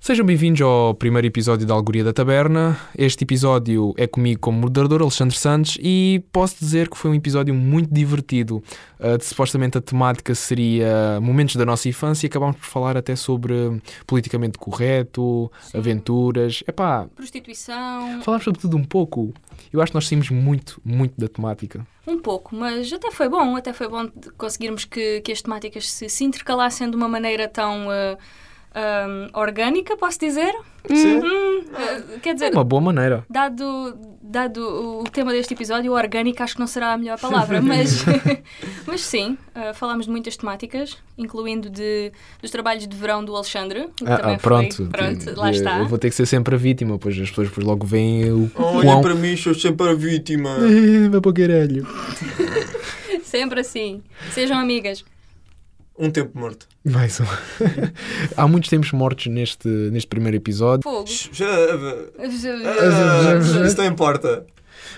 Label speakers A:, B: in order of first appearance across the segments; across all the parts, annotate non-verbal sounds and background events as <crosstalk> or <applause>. A: Sejam bem-vindos ao primeiro episódio da Algoria da Taberna. Este episódio é comigo como moderador, Alexandre Santos, e posso dizer que foi um episódio muito divertido. Ah, de- supostamente a temática seria momentos da nossa infância e acabámos por falar até sobre politicamente correto, aventuras. Epá,
B: Prostituição,
A: falámos sobre tudo um pouco. Eu acho que nós saímos muito, muito da temática.
B: um pouco, mas até foi bom, até foi bom de conseguirmos que, que as temáticas se, se intercalassem de uma maneira tão ah, ah, orgânica, posso dizer? Ah, quer
A: É
B: dizer,
A: uma boa maneira.
B: dado, dado o tema deste episódio, orgânico acho que não será a
A: <laughs>
B: melhor palavra, mas, <laughs> mas sim, ah, falámos de muitas temáticas, incluindo de, dos trabalhos de verão do Alexandre, que
A: Ah,
B: também
A: ah, pronto,
B: foi, pronto,
A: Eu-
B: lá está.
A: Eu vou ter que ser sempre a vítima, pois as pessoas depois logo veem o
C: Olhem
A: <laughs> quão...
C: para mim, sou sempre a vítima.
A: Vai para o caralho.
B: Sempre assim. Sejam amigas.
C: Um tempo morto.
A: Mais um. <laughs> Há muitos tempos mortos neste, neste primeiro episódio.
B: Fogo.
C: Já.
A: Ah,
C: Isso não importa.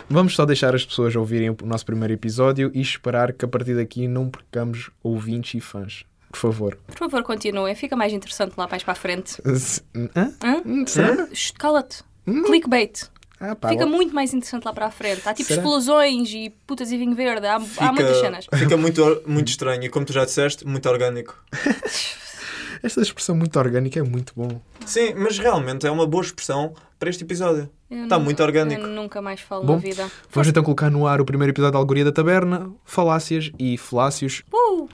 A: Vamos só deixar as pessoas ouvirem o nosso primeiro episódio e esperar que a partir daqui não percamos ouvintes e fãs. Por favor. <laughs>
B: Por favor, continuem. Fica mais interessante lá mais para a frente.
A: Se- Hã? Hum?
B: Hã?
A: Será?
B: Shh, Cala-te. Clickbait.
A: Ah, pá,
B: Fica
A: lá-
B: muito mais interessante lá para a frente. Há tipo
A: Será?
B: explosões e putas e vinho verde. Há, há muitas cenas.
C: Fica, fica muito, or- muito estranho e, como tu já disseste, muito orgânico.
A: Esta expressão muito orgânica é muito bom.
C: Sim, mas realmente é uma boa expressão para este episódio.
B: Eu
C: Está
B: nu-
C: tá muito orgânico.
B: Eu nunca mais falo
A: Bom.
B: na vida.
A: Vamos então colocar no ar o primeiro episódio da Algoria da Taberna, Falácias e Falácios.
B: Uh!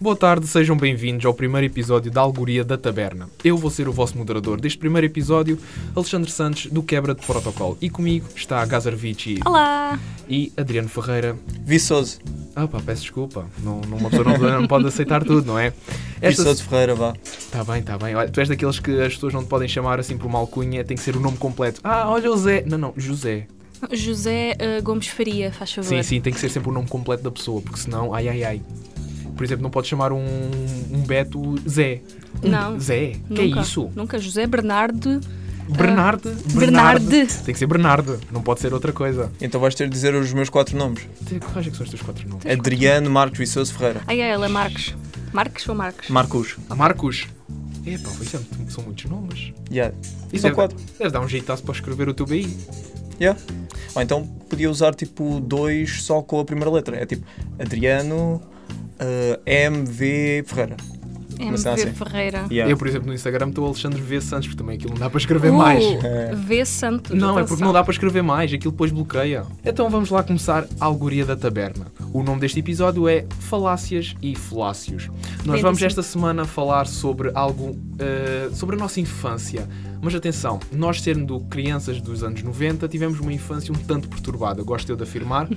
A: Boa tarde, sejam bem-vindos ao primeiro episódio da Algoria da Taberna. Eu vou ser o vosso moderador deste primeiro episódio, Alexandre Santos, do Quebra de Protocolo. E comigo está a Gazarvici
B: Olá!
A: e Adriano Ferreira.
C: Viçoso.
A: Ah pá, peço desculpa. Não, não- uma pessoa não, não pode aceitar tudo,
B: <laughs>
A: não é? Esta...
C: Ferreira, vá.
A: Tá bem, tá bem. Olha, tu és daqueles que as pessoas não te podem chamar assim por uma alcunha, tem que ser o nome completo. Ah, olha o Zé. Não, não, José.
B: José eh, Gomes Faria, faz favor.
A: Sim, sim, tem que ser sempre o nome completo da pessoa, porque senão, ai, ai, ai. Por exemplo, não podes chamar um, um Beto Zé. Um
B: Não.
A: Zé? Que
B: Nunca, Ah.
A: é isso?
B: Nunca. José Bernardo.
A: Bernardo.
B: Bernardo.
A: Tem que ser Bernardo, não pode ser outra coisa.
C: Então vais ter de dizer os meus quatro nomes:
A: Quais é que são os teus quatro nomes?
C: Adriano Marcos Viçoso Ferreira.
B: Ai, ai, ela é Marques. Marques ou Marques?
C: Marcos.
A: Marcos. Epá, isso é muito- são muitos nomes.
C: Yeah.
A: Isso
C: São
A: deve-
C: quatro.
A: Deves dar um jeitaço para escrever o teu BI.
C: Yeah. Ou então podia usar tipo dois só com a primeira letra. É tipo Adriano eh, MV Ferreira.
B: MV
C: Mas está assim.
B: Ferreira.
C: Yeah.
A: Eu, por exemplo, no Instagram estou Alexandre V. Santos, porque também aquilo não dá para escrever mais.
C: É.
B: Uh, v Santos.
A: Não, é porque não
B: atenção.
A: dá para escrever mais, aquilo depois bloqueia. Então vamos lá começar a Algoria da Taberna. O nome deste episódio é Falácias e Falácios. Nós
B: Bem,
A: vamos
B: sim.
A: esta semana falar sobre algo, eh, sobre a nossa infância. Mas atenção, nós sendo crianças dos anos 90, tivemos uma infância um tanto perturbada, gosto eu de afirmar,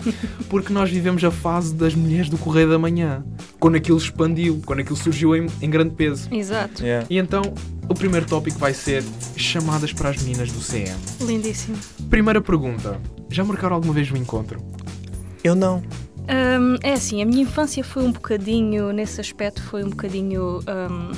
A: porque nós vivemos a fase das mulheres do Correio da Manhã, quando aquilo expandiu, quando aquilo surgiu em- em grande peso.
B: Exato.
C: Yeah.
A: E então, o primeiro tópico vai ser chamadas para as meninas do CM.
B: Lindíssimo.
A: Primeira pergunta. Já marcaram alguma vez um encontro?
C: Eu não.
B: Hum, é assim, a minha infância foi um bocadinho, nesse aspecto, foi um bocadinho hum,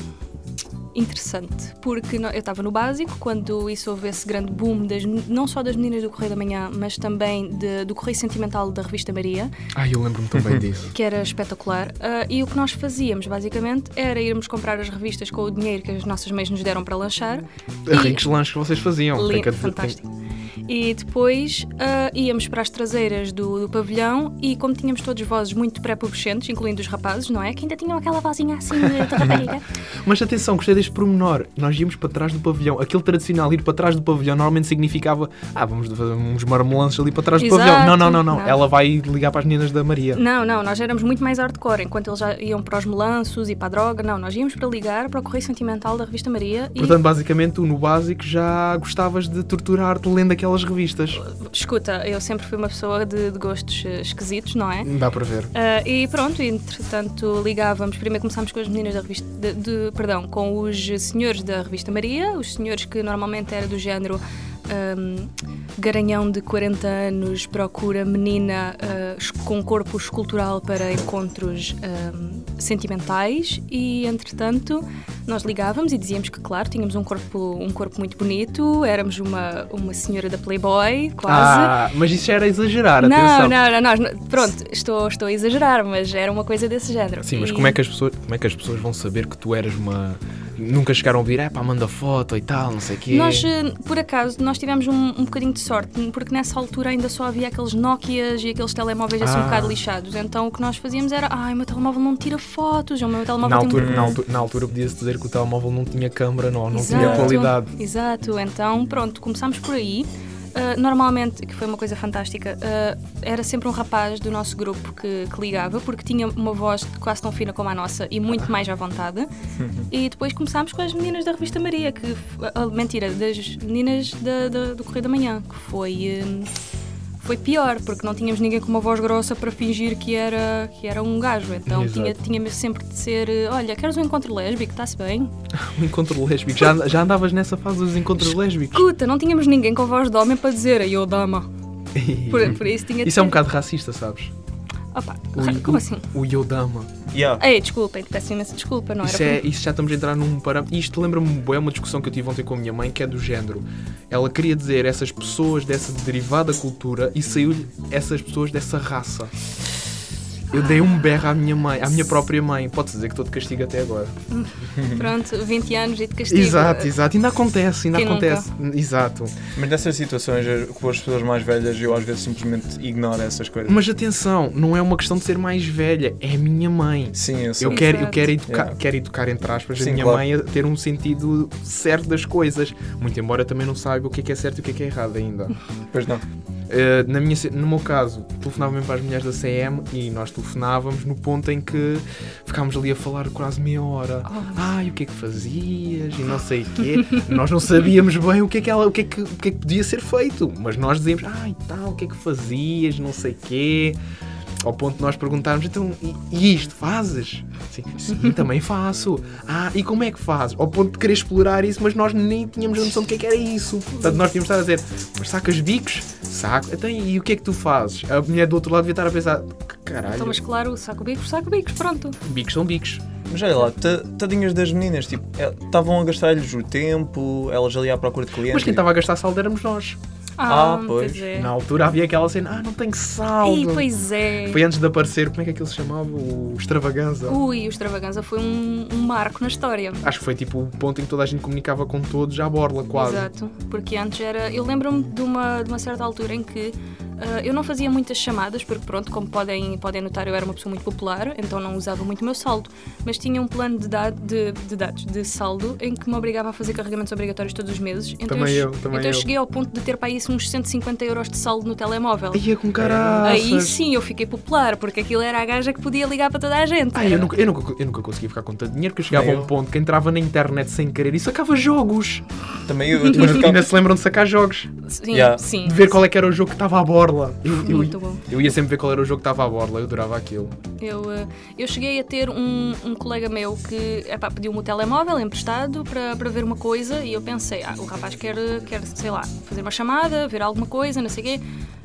B: interessante. Porque no- eu estava no básico, quando isso houve esse grande boom, das, men- não só das meninas do Correio da Manhã, mas também de- do Correio Sentimental da Revista Maria,
A: Ai, eu lembro-me também <laughs> disso.
B: que era espetacular. Ah, e o que nós fazíamos, basicamente, era irmos comprar as revistas com o dinheiro que as nossas mães nos deram para lanchar.
A: Ricos lanches que vocês faziam. Tem que
B: Lindo,
A: adver-
B: fantástico. E depois ah, íamos para as traseiras do, do pavilhão e como tínhamos todos vozes muito pré-pubescentes, incluindo os rapazes, não é? Que ainda tinham aquela vozinha assim de de rapariga.
A: tem- Mas atenção, gostei deste pormenor. Nós íamos para trás do pavilhão. Aquele tradicional ir para trás do pavilhão normalmente significava ah, vamos fazer uns marmelanches ali para trás do
B: Exato.
A: pavilhão. Não, não, não, não,
B: Não.
A: Ela vai ligar para as meninas da Maria.
B: não, não, nós éramos muito mais hardcore, enquanto eles já iam para os melanços e para a droga. Não, nós íamos para ligar para o Correio Sentimental da Revista Maria e...
A: Portanto, basicamente, tu no básico já gostavas de torturar-te lendo aquelas revistas.
B: Escuta, eu sempre fui uma pessoa de, de gostos eh, esquisitos, não é?
A: Dá para ver.
B: Ah, e pronto, entretanto ligávamos, primeiro começámos com as meninas da revista, de, de- perdão, com os senhores da revista Maria, os senhores que normalmente era do género hum, garanhão de 40 anos procura menina ah, es- com corpo escultural para encontros hum, sentimentais e, entretanto, nós ligávamos e dizíamos que, claro, tínhamos um corpo, um corpo muito bonito, éramos uma, uma senhora da Playboy, quase.
D: Ah, mas isso já era exagerar,
B: Não,
D: atenção.
B: não, não, nós não- Pronto, estou, estou a exagerar, mas era uma coisa desse género.
A: Sim, mas
B: E-
A: como é, que as pessoas, como é que as pessoas vão saber que tu eras uma. Nunca chegaram a pedir, é pá, manda foto e tal, não sei o quê.
B: Nós, eh, por acaso, nós tivemos um, um bocadinho de sorte, porque nessa altura ainda só havia aqueles Nokias e aqueles telemóveis assim
A: Ah.
B: um bocado lixados. Então o que nós fazíamos era, ai, o meu telemóvel não tira fotos, o meu telemóvel
A: na,
B: tem um
A: altura, na
C: Hum.
A: altura, na altura podia-se dizer que o telemóvel não tinha câmara, não, não tinha
B: Exato,
A: qualidade. <laughs>
B: Exato, então pronto, começámos por aí. Uh, normalmente, que foi uma coisa fantástica, uh, era sempre um rapaz do nosso grupo que, que ligava, porque tinha uma voz quase tão fina como a nossa e
A: Ah.
B: muito mais
A: <laughs>
B: à vontade. e depois começámos com as meninas da Revista Maria, que. f- ah, mentira, das meninas da- da- do Correio da Manhã, que foi. hum, foi pior, porque não tínhamos ninguém com uma voz grossa para fingir que era, que era um gajo. Então
A: Exato.
B: tinha, tínhamos sempre de ser: olha, queres um encontro lésbico? Está-se bem?
A: Um encontro lésbico. Já, já andavas nessa fase dos encontros lésbicos.
B: Escuta, não tínhamos ninguém com voz de homem para dizer eu dama. Por, por isso tinha de
A: <laughs> Isso é um
B: ser-
A: bocado racista, sabes?
B: Opa,
A: O-
B: <laughs> como assim?
A: O Yodama.
C: Yeah.
B: Ei, desculpem, peço imensa desculpa, não
A: Isso,
B: era
A: é, isso já estamos a entrar num parâmetro. Isto lembra-me bem uma discussão que eu tive ontem com a minha mãe, que é do género. Ela queria dizer essas pessoas dessa derivada cultura e saiu-lhe essas pessoas dessa raça. Eu dei um berro à minha mãe, à minha própria mãe. Pode dizer que estou de castigo até agora.
B: por- Pronto, 20 anos e de castigo.
A: Exato, exato. Ainda acontece, ainda
B: Quem nunca?
A: acontece. Exato.
C: Mas nessas situações com as pessoas mais velhas, eu às vezes simplesmente ignoro essas coisas.
A: Mas atenção, não é uma questão de ser mais velha, é a minha mãe.
C: Sim, eu sei.
A: Eu quero, eu
B: Exato.
A: quero, educar,
C: Yeah.
A: quero educar, entre aspas, a
C: É. Sim,
A: minha
C: claro.
A: mãe a ter um sentido certo das coisas. Muito embora também não saiba o que é que é certo e o que é que é errado ainda.
C: Pois não.
A: Eh, na minha, ce- no meu caso, telefonava mesmo para as mulheres da CM e nós telefonávamos no ponto em que ficámos ali a falar quase meia hora. Ai, o que é que fazias? E não sei o quê. nós não sabíamos bem o que, é que ela, o, que é que, o que é que podia ser feito, mas nós dizíamos, ai tal, o que é que fazias? Não sei o quê. Ao ponto de nós perguntarmos, então, e- e isto fazes? Sim, sim, também faço. Ah, e como é que fazes? Ao ponto de querer explorar isso, mas nós nem tínhamos a noção do que é que era isso. Portanto, nós tínhamos de estar a dizer, mas sacas bicos? Saco. Então, e o que é que tu fazes? A mulher do outro lado devia estar a pensar, "Que caralho,
B: Então, mas claro, saco bicos, saco bicos, pronto.
A: bicos são bicos.
C: Mas olha lá, ta- tadinhas das meninas, tipo, eh, estavam a gastar-lhes o tempo, elas ali à procura de clientes.
A: Mas quem estava a gastar saldo éramos nós.
C: Ah, pois.
B: é.
A: Na altura havia aquela cena, ah, não tenho saldo.
B: Ei, pois é.
A: Foi antes de aparecer, como é que aquilo se chamava? O extravaganza.
B: Ui, o extravaganza foi um, um marco na história.
A: Acho que foi tipo o ponto em que toda a gente comunicava com todos à borla, quase.
B: Exato, porque antes era. Eu lembro-me de uma, de uma certa altura em que ah, eu não fazia muitas chamadas, porque, pronto, como podem, podem notar, eu era uma pessoa muito popular, então não usava muito o meu saldo. Mas tinha um plano de, da- de, de dados, de saldo, em que me obrigava a fazer carregamentos obrigatórios todos os meses. Então
A: Também eu,
B: che-
A: também
B: Então eu
A: eu.
B: cheguei ao ponto de ter para isso uns 150 euros de saldo no telemóvel.
A: Ia com caraças.
B: Aí sim eu fiquei popular, porque aquilo era a gaja que podia ligar para toda a gente.
A: Ai, Ah, eu, nunca, eu, nunca, eu nunca consegui ficar com tanto dinheiro porque eu chegava a um
C: eu.
A: ponto que entrava na internet sem querer e sacava jogos.
C: Também eu, eu depois
A: Mas ainda
C: ficava...
A: se lembram de sacar jogos,
B: Sim,
C: Yeah.
B: sim.
A: de ver qual é que era o jogo que estava à borla. Eu, eu-
B: Muito bom.
A: eu ia sempre ver qual era o jogo que estava à borla, eu adorava aquilo.
B: Eu, eh, eu cheguei a ter um, um colega meu que epá, pediu-me o telemóvel emprestado para, para ver uma coisa e eu pensei, ah, o rapaz quer, quer, sei lá, fazer uma chamada, ver alguma coisa, não sei o quê.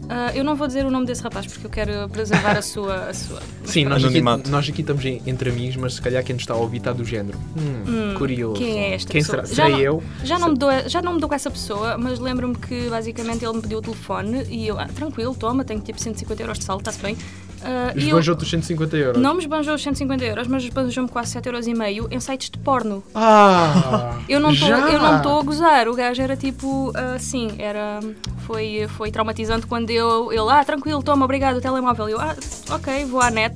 B: Ah, eu não vou dizer o nome desse rapaz porque eu quero preservar a sua... A sua.
A: Sim, nós aqui,
C: Anonimato.
A: nós aqui estamos em- entre amigos, mas se calhar quem nos está a ouvir está do género. Hum, curioso.
B: Quem é esta
A: Quem
B: pessoa?
A: será? Serei
B: não-
A: eu?
B: Já não, me dou, já não me dou com essa pessoa, mas lembro-me que basicamente ele me pediu o telefone e eu, ah, tranquilo, toma, tenho tipo 150 euros de saldo, está-se bem. Ah, e eu-
A: Esbanjou outros 150 euros.
B: Não me esbanjou os 150 euros, mas esbanjou-me quase 7,5 euros em sites de porno.
A: Ah!
B: Eu não
A: já.
B: estou a gozar. O gajo era tipo assim, era. Foi, foi traumatizante quando eu. Ele, ah, tranquilo, toma, obrigado, o telemóvel. Eu, ah, ok, vou à net.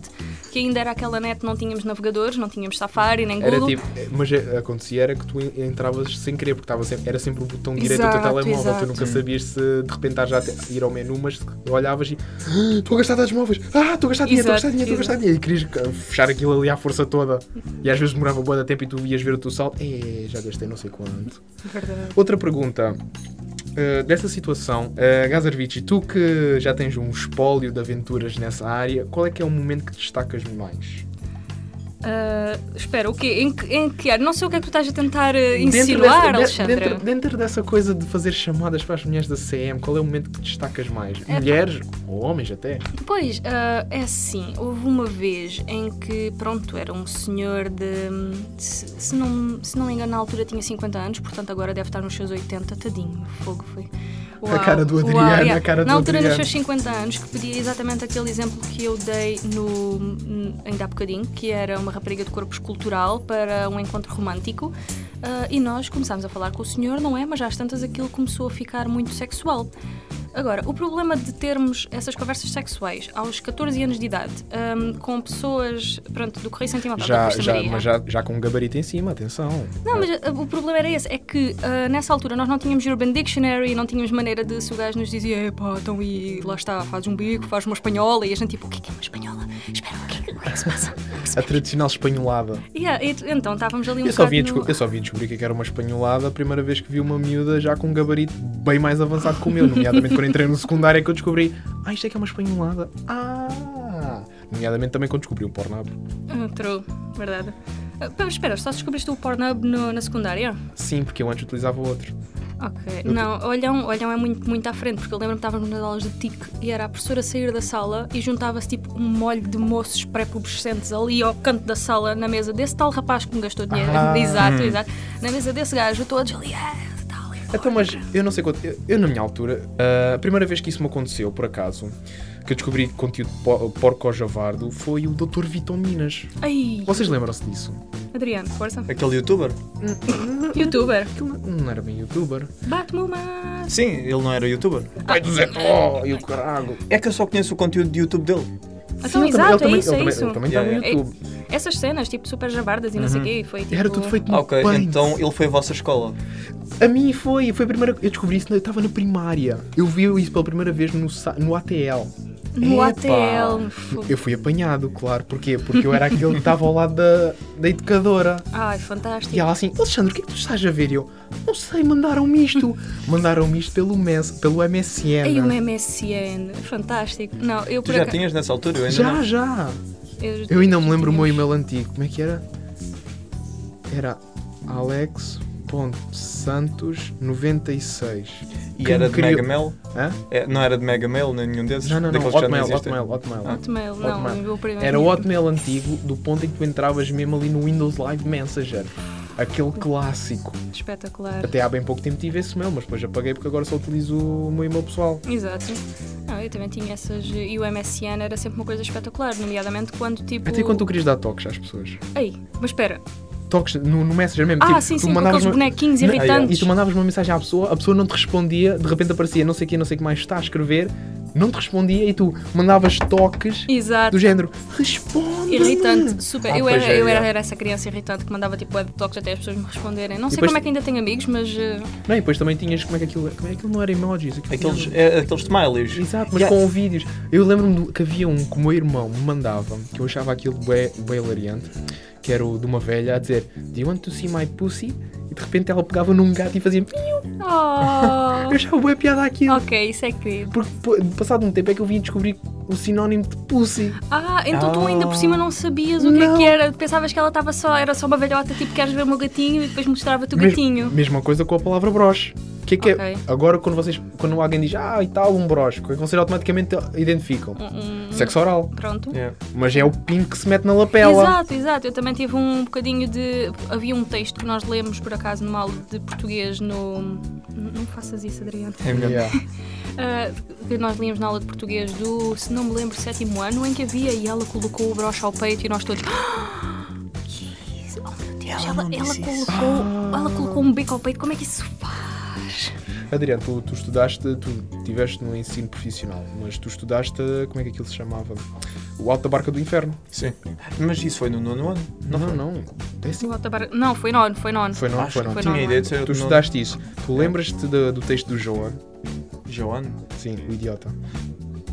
B: Que ainda era aquela net, não tínhamos navegadores, não tínhamos Safari, nem
A: Era
B: Google.
A: tipo, mas é- acontecia era que tu en- entravas sem querer, porque estava sempre, era sempre o botão direito do
B: Exato,
A: teu telemóvel.
B: exato.
A: Tu nunca sabias se de repente estás já a te- ir ao menu, mas olhavas e "Ah, estou a gastar dados móveis, ah, estou a gastar dinheiro, estou a gastar
B: Exato,
A: dinheiro, estou a gastar
B: exato.
A: dinheiro. E querias ah, fechar aquilo ali à força toda. E às vezes demorava boa tempo e tu ias ver o teu saldo, eh, já gastei não sei quanto.
B: Verdade.
A: Outra pergunta. ah, dessa situação, uh, Gazarvici, tu que já tens um espólio de aventuras nessa área, qual é que é o momento que destacas mais?
B: Ah, espera, o quê? Em que, em que área? Não sei o que é que tu estás a tentar eh, insinuar,
A: dessa, de-
B: Alexandra.
A: dentro, dentro dessa coisa de fazer chamadas para as mulheres da CM, qual é o momento que te destacas mais?
B: É-
A: Mulheres ou homens até?
B: Pois, ah, é assim, houve uma vez em que, pronto, era um senhor de, se, se não, se não me engano, na altura tinha 50 anos, portanto agora deve estar nos seus 80, tadinho, fogo foi. Uau,
A: cara do
B: uau,
A: Adriano,
B: yeah.
A: a cara do
B: Na altura
A: Adriano.
B: dos seus 50 anos, que pedia exatamente aquele exemplo que eu dei no, n- ainda há bocadinho, que era uma rapariga de corpo escultural para um encontro romântico. Ah, e nós começámos a falar com o senhor, não é? Mas às tantas aquilo começou a ficar muito sexual. Agora, o problema de termos essas conversas sexuais aos 14 anos de idade ahm, com pessoas, pronto, do Correio Sentimental da
A: Já,
B: Costa
A: já,
B: Maria.
A: mas já, já com um gabarito em cima, atenção.
B: Não, mas ah, o problema era esse, é que ah, nessa altura nós não tínhamos Urban Dictionary, não tínhamos maneira de se o gajo nos dizia, pá, então e lá está, faz um bico, faz uma espanhola, e a gente tipo, o que é que é uma espanhola? Espera, o que é que, o que, é que se passa? O que
A: <laughs>
B: se
A: A
B: passa?"
A: tradicional espanholada.
B: Yeah, e, então estávamos ali um
A: Eu só, vim a
B: bocado
A: desco-
B: no-
A: eu só vim descobrir que era uma espanholada a primeira vez que vi uma miúda já com um gabarito bem mais avançado que o meu. Nomeadamente quando entrei no secundário é que eu descobri. Ah, isto é que é uma espanholada. Ah! Nomeadamente também quando descobri o Pornhub.
B: Ah, true, verdade. Ah, pá, espera, só descobriste o Pornhub no- na secundária?
A: Sim, porque eu antes utilizava outro.
B: Ok,
A: Eu-
B: não, olham, olham é muito, muito à frente, porque eu lembro-me que estávamos nas aulas de TIC e era a professora sair da sala e juntava-se tipo um molho de moços pré-pubescentes ali ao canto da sala, na mesa desse tal rapaz que me gastou dinheiro.
A: Ah.
B: <laughs> Exato, exato. Na mesa desse gajo, todos ali, ah, tal e qual.
A: Então, mas eu não sei quanto. Eu, eu, na minha altura, ah, a primeira vez que isso me aconteceu, por acaso, que eu descobri conteúdo po- porco ao javardo, foi o Dr. Vitor Minas.
B: Ai,
A: Vocês lembram-se disso?
B: Adriano, força.
A: É
C: Aquele youtuber?
B: Youtuber,
A: Aquilo não era bem youtuber.
B: bate-me uma.
C: Sim, ele não era youtuber.
A: Pai do Zé Tó e o caralho.
C: É que eu só conheço o conteúdo de YouTube dele.
B: Então,
A: Sim, ele
B: exato,
A: também-
B: é
A: ele
B: isso, é
A: também-
B: isso.
A: Ele também estava no
B: É-
A: YouTube.
B: Essas cenas, tipo super jabardas e não sei o quê, e foi tipo.
A: Era tudo feito no
C: Ah, ok.
A: Paint.
C: Então ele foi à vossa escola.
A: A mim foi, foi a primeira. Eu descobri isso, na- eu estava na primária. Eu vi isso pela primeira vez no, sa- no ATL.
B: No
A: Epá. <laughs>
B: ATL. fogo.
A: Eu fui apanhado, claro. Porquê? Porque eu era aquele que estava ao lado da, da educadora.
B: Ai,
A: E
B: fantástico.
A: ela assim, Alexandre, o que é que tu estás a ver? E eu, não sei, mandaram-me isto. <laughs> Mandaram-me isto pelo, mes, pelo MSN.
B: Aí um MSN, fantástico. Não, eu
C: Tu
B: por
C: já
B: acaso-
C: tinhas nessa altura? Eu ainda
A: Já,
C: não.
A: já.
B: Eu,
A: Eu ainda me lembro o meu e-mail antigo. Como é que era? Era alex.santos96.
C: E
A: Que
C: era
A: me
C: de
A: criou-
C: Megamel?
A: Hã?
C: É, não era de Megamel, nem nenhum desses?
A: Não, não, não.
C: Daqueles Ah. que já
A: Hotmail,
C: existem.
A: Hotmail, Hotmail.
B: Hotmail, não,
A: Hotmail.
B: o meu primeiro.
A: Era o Hotmail antigo, do ponto em que tu entravas mesmo ali no Windows Live Messenger. Aquele clássico.
B: Espetacular.
A: Até há bem pouco tempo tive esse mail, mas depois apaguei porque agora só utilizo o meu e-mail pessoal.
B: Exato. Não, eu também tinha essas. E o MSN era sempre uma coisa espetacular, nomeadamente quando tipo.
A: Até quando tu querias dar toques às pessoas?
B: Ei, mas espera.
A: Toques no, no Messenger mesmo.
B: Ah,
A: tipo,
B: sim,
A: tu
B: sim, com
A: mandavas
B: aqueles
A: uma-
B: bonequinhos
A: Não,
B: irritantes.
A: E tu mandavas uma mensagem à pessoa, a pessoa não te respondia, de repente aparecia não sei o que, não sei o que mais está a escrever, não te respondia e tu mandavas toques
B: Exato.
A: do género responde.
B: Irritante, super.
A: Ah,
B: eu
A: pois
B: era,
A: é,
B: eu era,
A: é.
B: era essa criança irritante que mandava tipo web talks até as pessoas me responderem. Não sei
A: depois-
B: como é que ainda tenho amigos, mas.
A: <laughs>
B: eh,
A: Não, e depois também tinhas como é que aquilo, como é que aquilo não era emojis? Aquilo tinha-
C: Aqueles, é, aqueles smileys.
A: Exato, mas
C: Yeah.
A: com vídeos. Eu lembro-me do- que havia um que o meu irmão me mandava, que eu achava aquilo bué, bué hilariante, que era o de uma velha a dizer Do you want to see my pussy? E de repente ela pegava num gato e fazia Eu
B: Oh!
A: achava bué piada aquilo.
B: ok, isso é querido.
A: Porque pô, passado um tempo é que eu vim descobrir o sinónimo de pussy.
B: Ah, então tu ainda por cima não sabias o que é
A: Não.
B: que era. Pensavas que ela estava só, era só uma velhota, tipo, queres ver o meu gatinho e depois mostrava-te o
A: Mes-
B: gatinho.
A: mesma coisa com a palavra broche. O que é que
B: Ok.
A: é? Agora quando vocês, quando alguém diz Ah e tal, um broche, o que é que vocês automaticamente identificam?
B: Um- um-
A: Sexo oral.
B: Pronto.
C: Yeah.
A: Mas é o pin que se mete na lapela.
B: Exato, exato. Eu também tive um bocadinho de. Havia um texto que nós lemos, por acaso, numa aula de português no. N- Não faças isso, Adriano.
C: É melhor.
A: Yeah.
B: Ah, que nós líamos na aula de português do, se não me lembro, sétimo ano, em que havia e ela colocou o broche ao peito e nós todos. "Ah, que é isso? Oh, meu Deus, Ela,
C: não
B: ela
C: disse
B: colocou,
C: isso.
B: ela colocou um bico ao peito, como é que isso se faz?
A: Adriano, tu, tu estudaste, tu estiveste no ensino profissional, mas tu estudaste, como é que aquilo se chamava? O Alto da Barca do Inferno.
C: Sim. Mas isso foi no nono ano?
A: Não, não, não. Décimo.
B: Volta para- Não, foi nono, foi nono.
A: Foi não,
C: Acho
A: foi
C: que
A: não. É.
B: foi
A: Tu,
B: não.
C: tinha ideia de ser
A: tu
C: no nono.
A: estudaste isso. Tu lembras-te do, do texto do João?
C: Joano?
A: Sim, o idiota.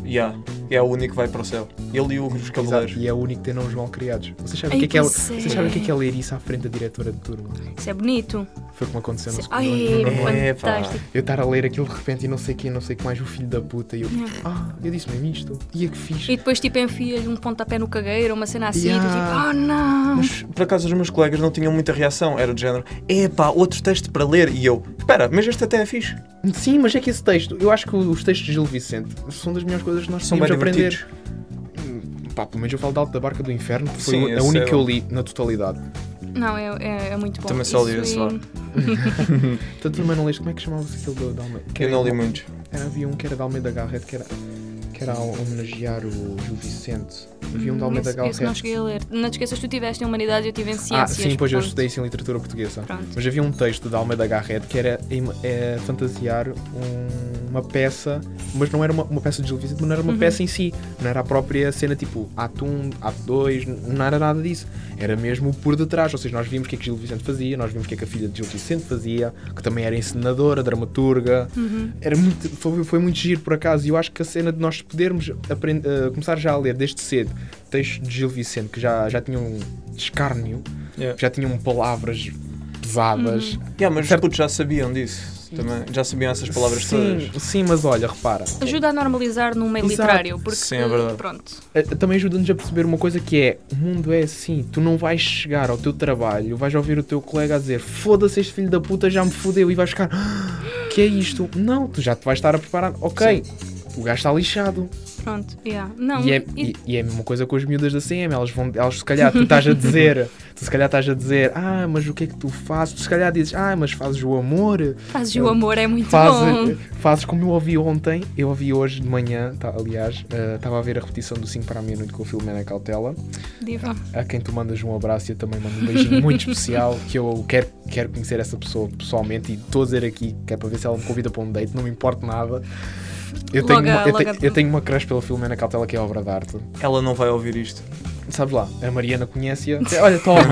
C: Yeah. É o único que vai para o céu. Ele e o Ogros
A: Exato.
C: Cavaleiros.
A: E é o único que tem nomes mal criados. Vocês sabem
B: Ei,
A: o que é que é,
B: pois é.
A: vocês sabem o que é, que é ler isso à frente da diretora de turma?
B: Isso é bonito.
A: Foi como aconteceu no
B: Ai,
A: secundário.
C: É, pá.
B: fantástico.
A: Eu estar a ler aquilo de repente e não sei quem, não sei o que mais, o filho da puta. E eu,
B: Yeah.
A: ah, eu disse mesmo isto. E é que fiz.
B: E depois, tipo, enfia-lhe um pontapé no cagueiro, uma cena assim,
A: Yeah.
B: tu tipo, oh não!
C: Mas por acaso os meus colegas não tinham muita reação, era do género, epá, outro texto para ler. E eu, espera, mas este até é fixe.
A: Sim, mas é que esse texto, eu acho que os textos de Gil Vicente são das melhores coisas que nós
C: São
A: temos
C: bem
A: a aprender.
C: divertidos.
A: Pá, pelo menos eu falo da Alta da Barca do Inferno, que foi
C: Sim,
A: a
C: esse
A: única
C: é
A: que eu
C: o-
A: li na totalidade.
B: Não, é, é, é muito bom.
C: Também só li
B: Isso
C: esse,
B: e-
C: vá.
A: Então tu também não leste, como é que chamava-se aquele do- da Almeida? Que
C: Hum.
A: é
C: Eu
A: era-
C: não li muitos.
A: Era, havia um que era da Almeida Garrett, que era, que era a homenagear o Gil Vicente. Havia um da Almeida
B: Hum, Esse- esse não
A: Garrett.
B: cheguei a ler. Não te esqueças, tu tiveste em humanidades, eu tive em
A: Ah,
B: ciências.
A: sim, pois eu
B: portanto,
A: estudei isso em literatura portuguesa.
B: Pronto.
A: Mas havia um texto da Almeida Garrett que era em- é, fantasiar um- uma peça, mas não era uma, uma peça de Gil Vicente, mas não era uma peça em si. Não era a própria cena tipo ato 1, ato 2, n- não era nada disso. Era mesmo o por detrás. Ou seja, nós vimos o que é que Gil Vicente fazia, nós vimos o que é que a filha de Gil Vicente fazia, que também era encenadora, dramaturga. Era muito, foi, foi muito giro por acaso. E eu acho que a cena de nós podermos apren- eh, começar já a ler desde cedo textos de Gil Vicente que já, já tinham escárnio,
C: Yeah.
A: já tinham palavras pesadas.
C: Yeah, mas
A: Certo.
C: putos já sabiam disso. Também. Já sabiam essas palavras
A: sim,
C: todas.
A: sim, mas olha, repara.
B: Ajuda a normalizar num meio
A: Exato.
B: literário, porque
C: Sim, é verdade.
B: pronto.
A: eh, Também ajuda-nos a perceber uma coisa que é: o mundo é assim. Tu não vais chegar ao teu trabalho, vais ouvir o teu colega a dizer foda-se, este filho da puta já me fodeu e vais ficar "Ah, que é isto? Não, tu já te vais estar a preparar. Ok, o gajo está lixado.
B: Pronto, yeah. Não,
A: E é,
B: e-
A: e- e é a mesma coisa com as miúdas da CM, elas vão, elas se calhar tu estás a dizer, <laughs> tu se calhar estás a dizer, ah, mas o que é que tu fazes? Tu se calhar dizes, ah, mas fazes o amor,
B: fazes o amor, é muito
A: fazes, <laughs>
B: bom.
A: fazes como eu ouvi ontem, eu ouvi hoje de manhã, tá- aliás, eh, estava a ver a repetição do 5 para a meia-noite com o Filomena Cautela,
B: Diva.
A: a quem tu mandas um abraço e eu também mando um beijinho muito especial, <laughs> que eu quero, quero conhecer essa pessoa pessoalmente e estou a dizer aqui, que é para ver se ela me convida para um date, não me importa nada. Eu tenho,
B: Logo-
A: uma, eu,
B: logo-
A: tenho, eu tenho uma crush pela Filomena Cautela que é obra de arte
C: Ela não vai ouvir isto.
A: sabes lá, a Mariana conhece-a. É, Olha,
B: <laughs>
A: toma,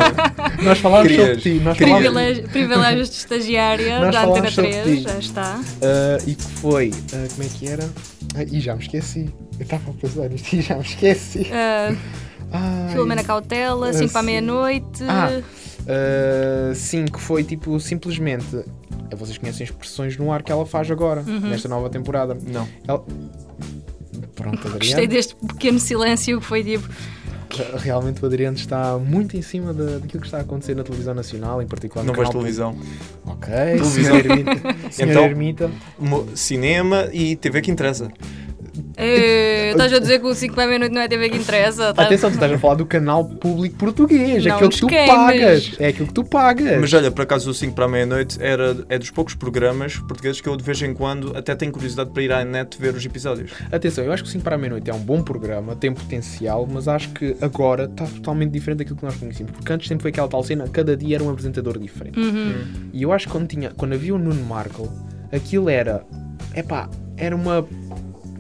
A: nós falámos sobre
C: Querias.
A: ti, nós
C: Querias.
A: falámos,
B: Privilégio- Privilégios de estagiária
A: Nós
B: da Antena
A: falámos sobre ti.
B: 3, já está.
A: Ah, e que foi, ah, como é que era? Ah, e já me esqueci, eu estava a pensar nisto e já me esqueci.
B: Ah,
A: Ai.
B: Filomena Cautela,
A: Ah,
B: 5 para a
A: sim.
B: meia-noite.
A: Ah. Ah, sim, que foi tipo, simplesmente, vocês conhecem as expressões no ar que ela faz agora,
B: Uhum.
A: nesta nova temporada.
C: Não.
A: Ela...
B: <laughs>
A: Pronto,
B: Gostei
A: Adriano.
B: deste pequeno silêncio que foi tipo.
A: Realmente o Adriano está muito em cima da- daquilo que está a acontecer na televisão nacional, em particular
C: Não
A: no
C: vais
A: canal-
C: televisão.
A: Ok,
C: Televisão.
A: senhora Ermita.
C: <laughs>
A: Senhora
C: Então-
A: Ermita.
C: Mo- Cinema e TV que interessa.
A: <laughs>
B: "Eh, Estás a dizer que o 5 para a meia-noite não é TV que interessa? tá?"
A: Atenção, tu estás a falar do canal público português, é
B: Não
A: aquilo
B: nos
A: que tu
B: queimes.
A: pagas. É aquilo que tu pagas.
C: Mas olha, por acaso o 5 para a meia-noite era, é dos poucos programas portugueses que eu de vez em quando até tenho curiosidade para ir à net ver os episódios.
B: Ah.
A: Atenção, eu acho que o 5 para a meia-noite é um bom programa, tem potencial, mas acho que agora está totalmente diferente daquilo que nós conhecíamos. Porque antes sempre foi aquela tal cena, cada dia era um apresentador diferente.
B: Uhum.
A: E eu acho que quando, tinha, quando havia o Nuno Markle, aquilo era. Epá, era uma.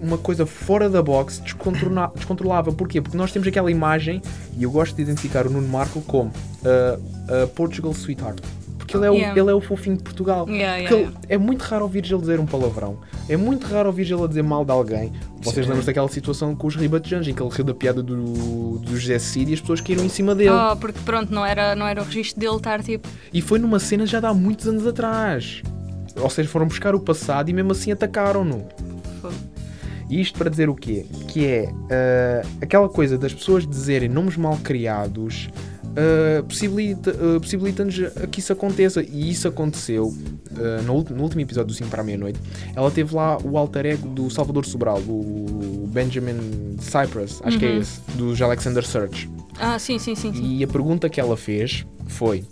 A: Uma coisa fora da box, descontrona- descontrolável. Porquê? Porque nós temos aquela imagem, e eu gosto de identificar o Nuno Markle como uh, uh, Portugal Sweetheart. Porque ele é, o,
B: Yeah.
A: ele é o fofinho de Portugal.
B: Yeah, yeah,
A: Porque ele-
B: yeah.
A: é muito raro ouvir ele dizer um palavrão. É muito raro ouvir ele a dizer mal de alguém. Vocês
C: Sim.
A: lembram daquela situação com os ribatejanos em que ele riu da piada do, do José Cid e as pessoas caíram em cima dele.
B: Oh, porque pronto, não era, não era o registro dele estar tipo.
A: E foi numa cena já de há muitos anos atrás. Ou seja, foram buscar o passado e mesmo assim atacaram-no.
B: "Fogo".
A: E isto para dizer o quê? Que é ah, aquela coisa das pessoas dizerem nomes mal criados ah, possibilita, ah, possibilita-nos a que isso aconteça. E isso aconteceu ah, no, ulti- no último episódio do 5 para a meia-noite. Ela teve lá o alter ego do Salvador Sobral, do Benjamin Cypress, acho que é esse, dos Alexander Search.
B: Ah, sim, sim, sim, sim.
A: E a pergunta que ela fez foi: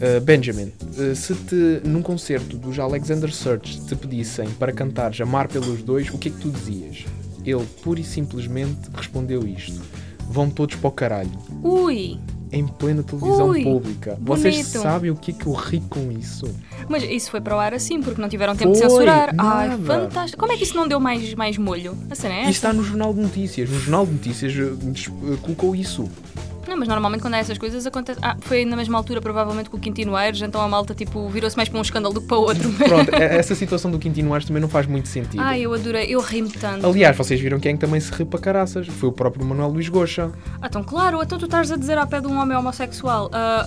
A: "Ah, Benjamin, ah, se te num concerto dos Alexander Search te pedissem para cantares Amar pelos Dois, o que é que tu dizias? Ele pura e simplesmente respondeu isto: Vão todos para o caralho,
B: Ui!
A: em plena televisão
B: Ui,
A: pública. Vocês
B: bonito.
A: sabem o que é que eu ri com isso?
B: Mas isso foi para o ar assim, porque não tiveram tempo de
A: Foi,
B: censurar. Ai,
A: nada.
B: fantástico. Como é que isso não deu mais, mais molho? A cena é
A: Isso eh,
B: essa?
A: está no Jornal de Notícias. O Jornal de Notícias ah, des- ah, colocou isso.
B: Não, mas normalmente quando há essas coisas acontece. Ah, foi na mesma altura, provavelmente, com o Quintino Aires, então a malta tipo virou-se mais para um escândalo do que para outro.
A: Pronto, é- essa situação do Quintino Aires também não faz muito sentido.
B: Ai, eu adorei, eu ri-me tanto.
A: Aliás, vocês viram quem é também se riu para caraças? Foi o próprio Manuel Luís Goxa.
B: Ah, então, claro, então tu estás a dizer ao pé de um homem homossexual ah,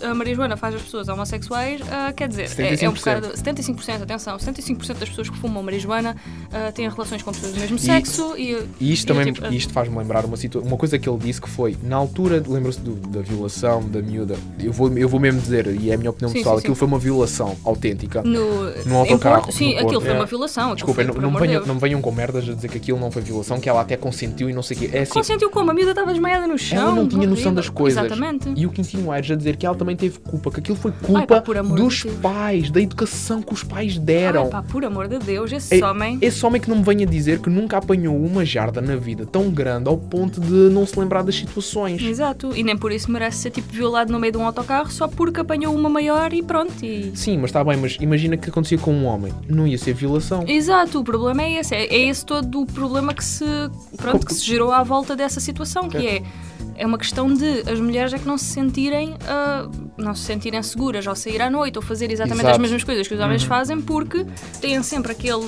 B: a, a Maria Joana faz as pessoas homossexuais, ah, quer dizer, É, é
A: 75%.
B: um bocado. 75%, atenção, 75% das pessoas que fumam marijuana ah, têm relações com pessoas do mesmo sexo e.
A: E isto
B: e,
A: também
B: tipo, ah,
A: isto faz-me lembrar uma, situa- uma coisa que ele disse que foi, na altura, lembram-se do- da violação da miúda, eu vou, eu vou mesmo dizer, e é a minha opinião
B: Sim,
A: pessoal,
B: sim, sim.
A: aquilo foi uma violação autêntica.
B: No,
A: no
B: em
A: autocarro,
B: Porto, Sim,
A: no
B: aquilo
A: Porto,
B: foi
A: é.
B: uma violação. aquilo
A: Desculpem,
B: foi,
A: não,
B: por
A: não,
B: amor de
A: venham,
B: Deus.
A: não venham com merdas a dizer que aquilo não foi violação, que ela até consentiu e não sei o quê. É assim,
B: Consentiu como? A miúda estava desmaiada no chão.
A: ela não tinha noção
B: horrível.
A: das coisas.
B: Exatamente.
A: E o Quintino Aires a dizer que ela também teve culpa, que aquilo foi
B: Ai, pá,
A: culpa
B: por amor
A: dos
B: de Deus.
A: pais, da educação que os pais deram.
B: Ai, pá, por amor de Deus, esse
A: É-
B: homem.
A: Esse homem que não me venha dizer que nunca apanhou uma jarda na vida tão grande ao ponto de não se lembrar das situações.
B: Exato, e nem por isso merece ser tipo violado no meio de um autocarro só porque apanhou uma maior e pronto. E...
A: Sim, mas está bem, mas imagina que acontecia com um homem. Não ia ser violação.
B: Exato, o problema é esse. É é esse todo o problema que se, pronto, que se gerou à volta dessa situação, que é, é uma questão de as mulheres é que não se sentirem ah, não se sentirem seguras ao sair à noite ou fazer exatamente as
A: Exato. Uhum.
B: mesmas coisas que os homens fazem porque têm sempre aquele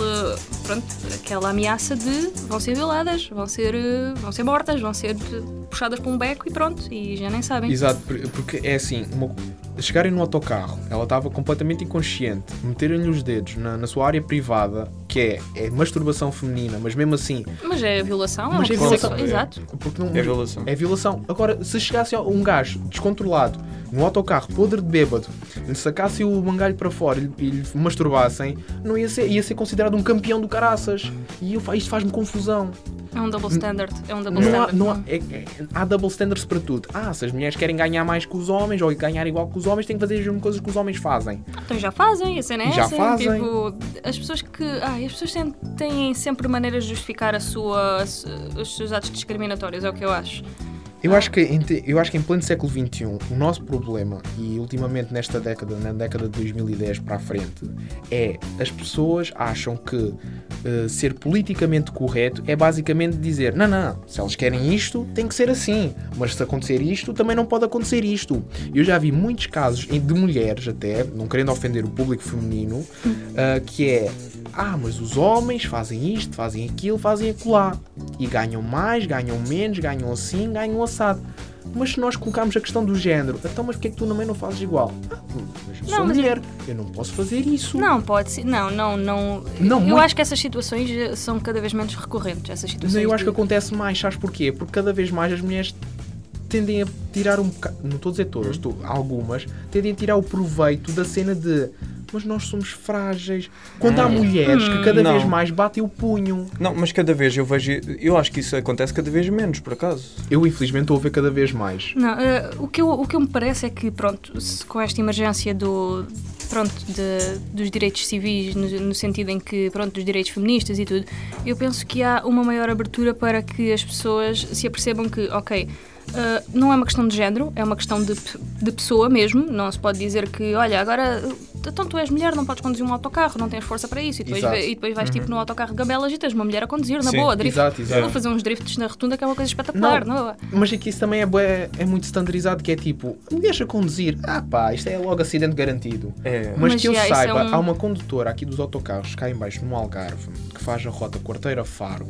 B: pronto, aquela ameaça de vão ser violadas, vão ser, eh, vão ser mortas, vão ser eh, puxadas por um beco e pronto, e já nem sabem.
A: Exato, por- porque é assim, uma- chegarem no autocarro, ela estava completamente inconsciente, meterem-lhe os dedos na, na sua área privada, que é, é masturbação feminina, mas mesmo assim,
B: Mas é violação,
A: Mas
B: é
A: é
B: um
A: violação,
B: sexo-
A: é.
B: Exato.
A: porque não,
C: É violação.
A: é violação. Agora, se chegasse um gajo descontrolado no autocarro, podre de bêbado, lhe sacasse o mangalho para fora e lhe- e lhe masturbassem, não ia ser, ia ser considerado um campeão do caraças. E eu, fa- isto faz-me confusão.
B: É um
A: Hum.
B: double standard. É um double
A: Não há,
B: standard.
A: não há, é- é- há double standards para tudo. Ah, se as mulheres querem ganhar mais que os homens ou ganhar igual que os homens, têm que fazer as mesmas coisas que os homens fazem.
B: Então já fazem, a cena é
A: E já
B: essa.
A: fazem.
B: Tipo, as pessoas que. Ai, as pessoas têm, têm sempre maneiras de justificar a sua, os seus atos discriminatórios, é o que eu acho.
A: Eu acho que em, te- eu acho que em pleno século XXI, o nosso problema, e ultimamente nesta década, na década de 2010 para a frente, é as pessoas acham que eh, ser politicamente correto é basicamente dizer: não, não, se elas querem isto, tem que ser assim, mas se acontecer isto, também não pode acontecer isto. Eu já vi muitos casos em- de mulheres, até, não querendo ofender o público feminino, ah, que é. Ah, mas os homens fazem isto, fazem aquilo, fazem acolá. E ganham mais, ganham menos, ganham assim, ganham assado. Mas se nós colocarmos a questão do género, então, mas porquê é que tu também não fazes igual? Ah, mas eu
B: Não,
A: sou
B: mas-
A: mulher, eu não posso fazer isso.
B: Não, pode ser. Não, não, não.
A: Não,
B: eu
A: muito-
B: acho que essas situações eh, são cada vez menos recorrentes. Essas situações.
A: Não, eu acho que
B: de-
A: acontece mais, sabes porquê? Porque cada vez mais as mulheres tendem a tirar um bocado, não estou a dizer todas,
B: Uhum.
A: estou, algumas, tendem a tirar o proveito da cena de mas nós somos frágeis. Quando
B: Hum.
A: há mulheres que cada
C: Não.
A: vez mais batem o punho.
C: Não, mas cada vez eu vejo. Eu acho que isso acontece cada vez menos, por acaso.
A: Eu infelizmente estou a ver cada vez mais.
B: Não, eh, o, que eu, o que eu me parece é que, pronto, se- com esta emergência do, pronto, de- dos direitos civis, no, no sentido em que, pronto, dos direitos feministas e tudo, eu penso que há uma maior abertura para que as pessoas se apercebam que, ok, eh, não é uma questão de género, é uma questão de, pe- de pessoa mesmo, não se pode dizer que, olha, agora, eh, então tu és mulher, não podes conduzir um autocarro, não tens força para isso, e depois,
A: Exato. Uhum.
B: ve- e depois vais tipo no autocarro de gabelas e tens uma mulher a conduzir, na
C: Sim,
B: boa, drift,
A: exato, exato.
B: vou fazer uns drifts na rotunda que é uma coisa espetacular,
A: Não.
B: não, é?
A: Mas é que isso também é, bué- é muito standardizado, que é tipo, me deixa conduzir. Ah pá, isto é logo acidente garantido.
C: É.
A: Mas,
B: Mas
A: que eu
B: já, isso é
A: saiba,
B: um-
A: há uma condutora aqui dos autocarros, cá em baixo, no Algarve, que faz a rota Quarteira-Faro,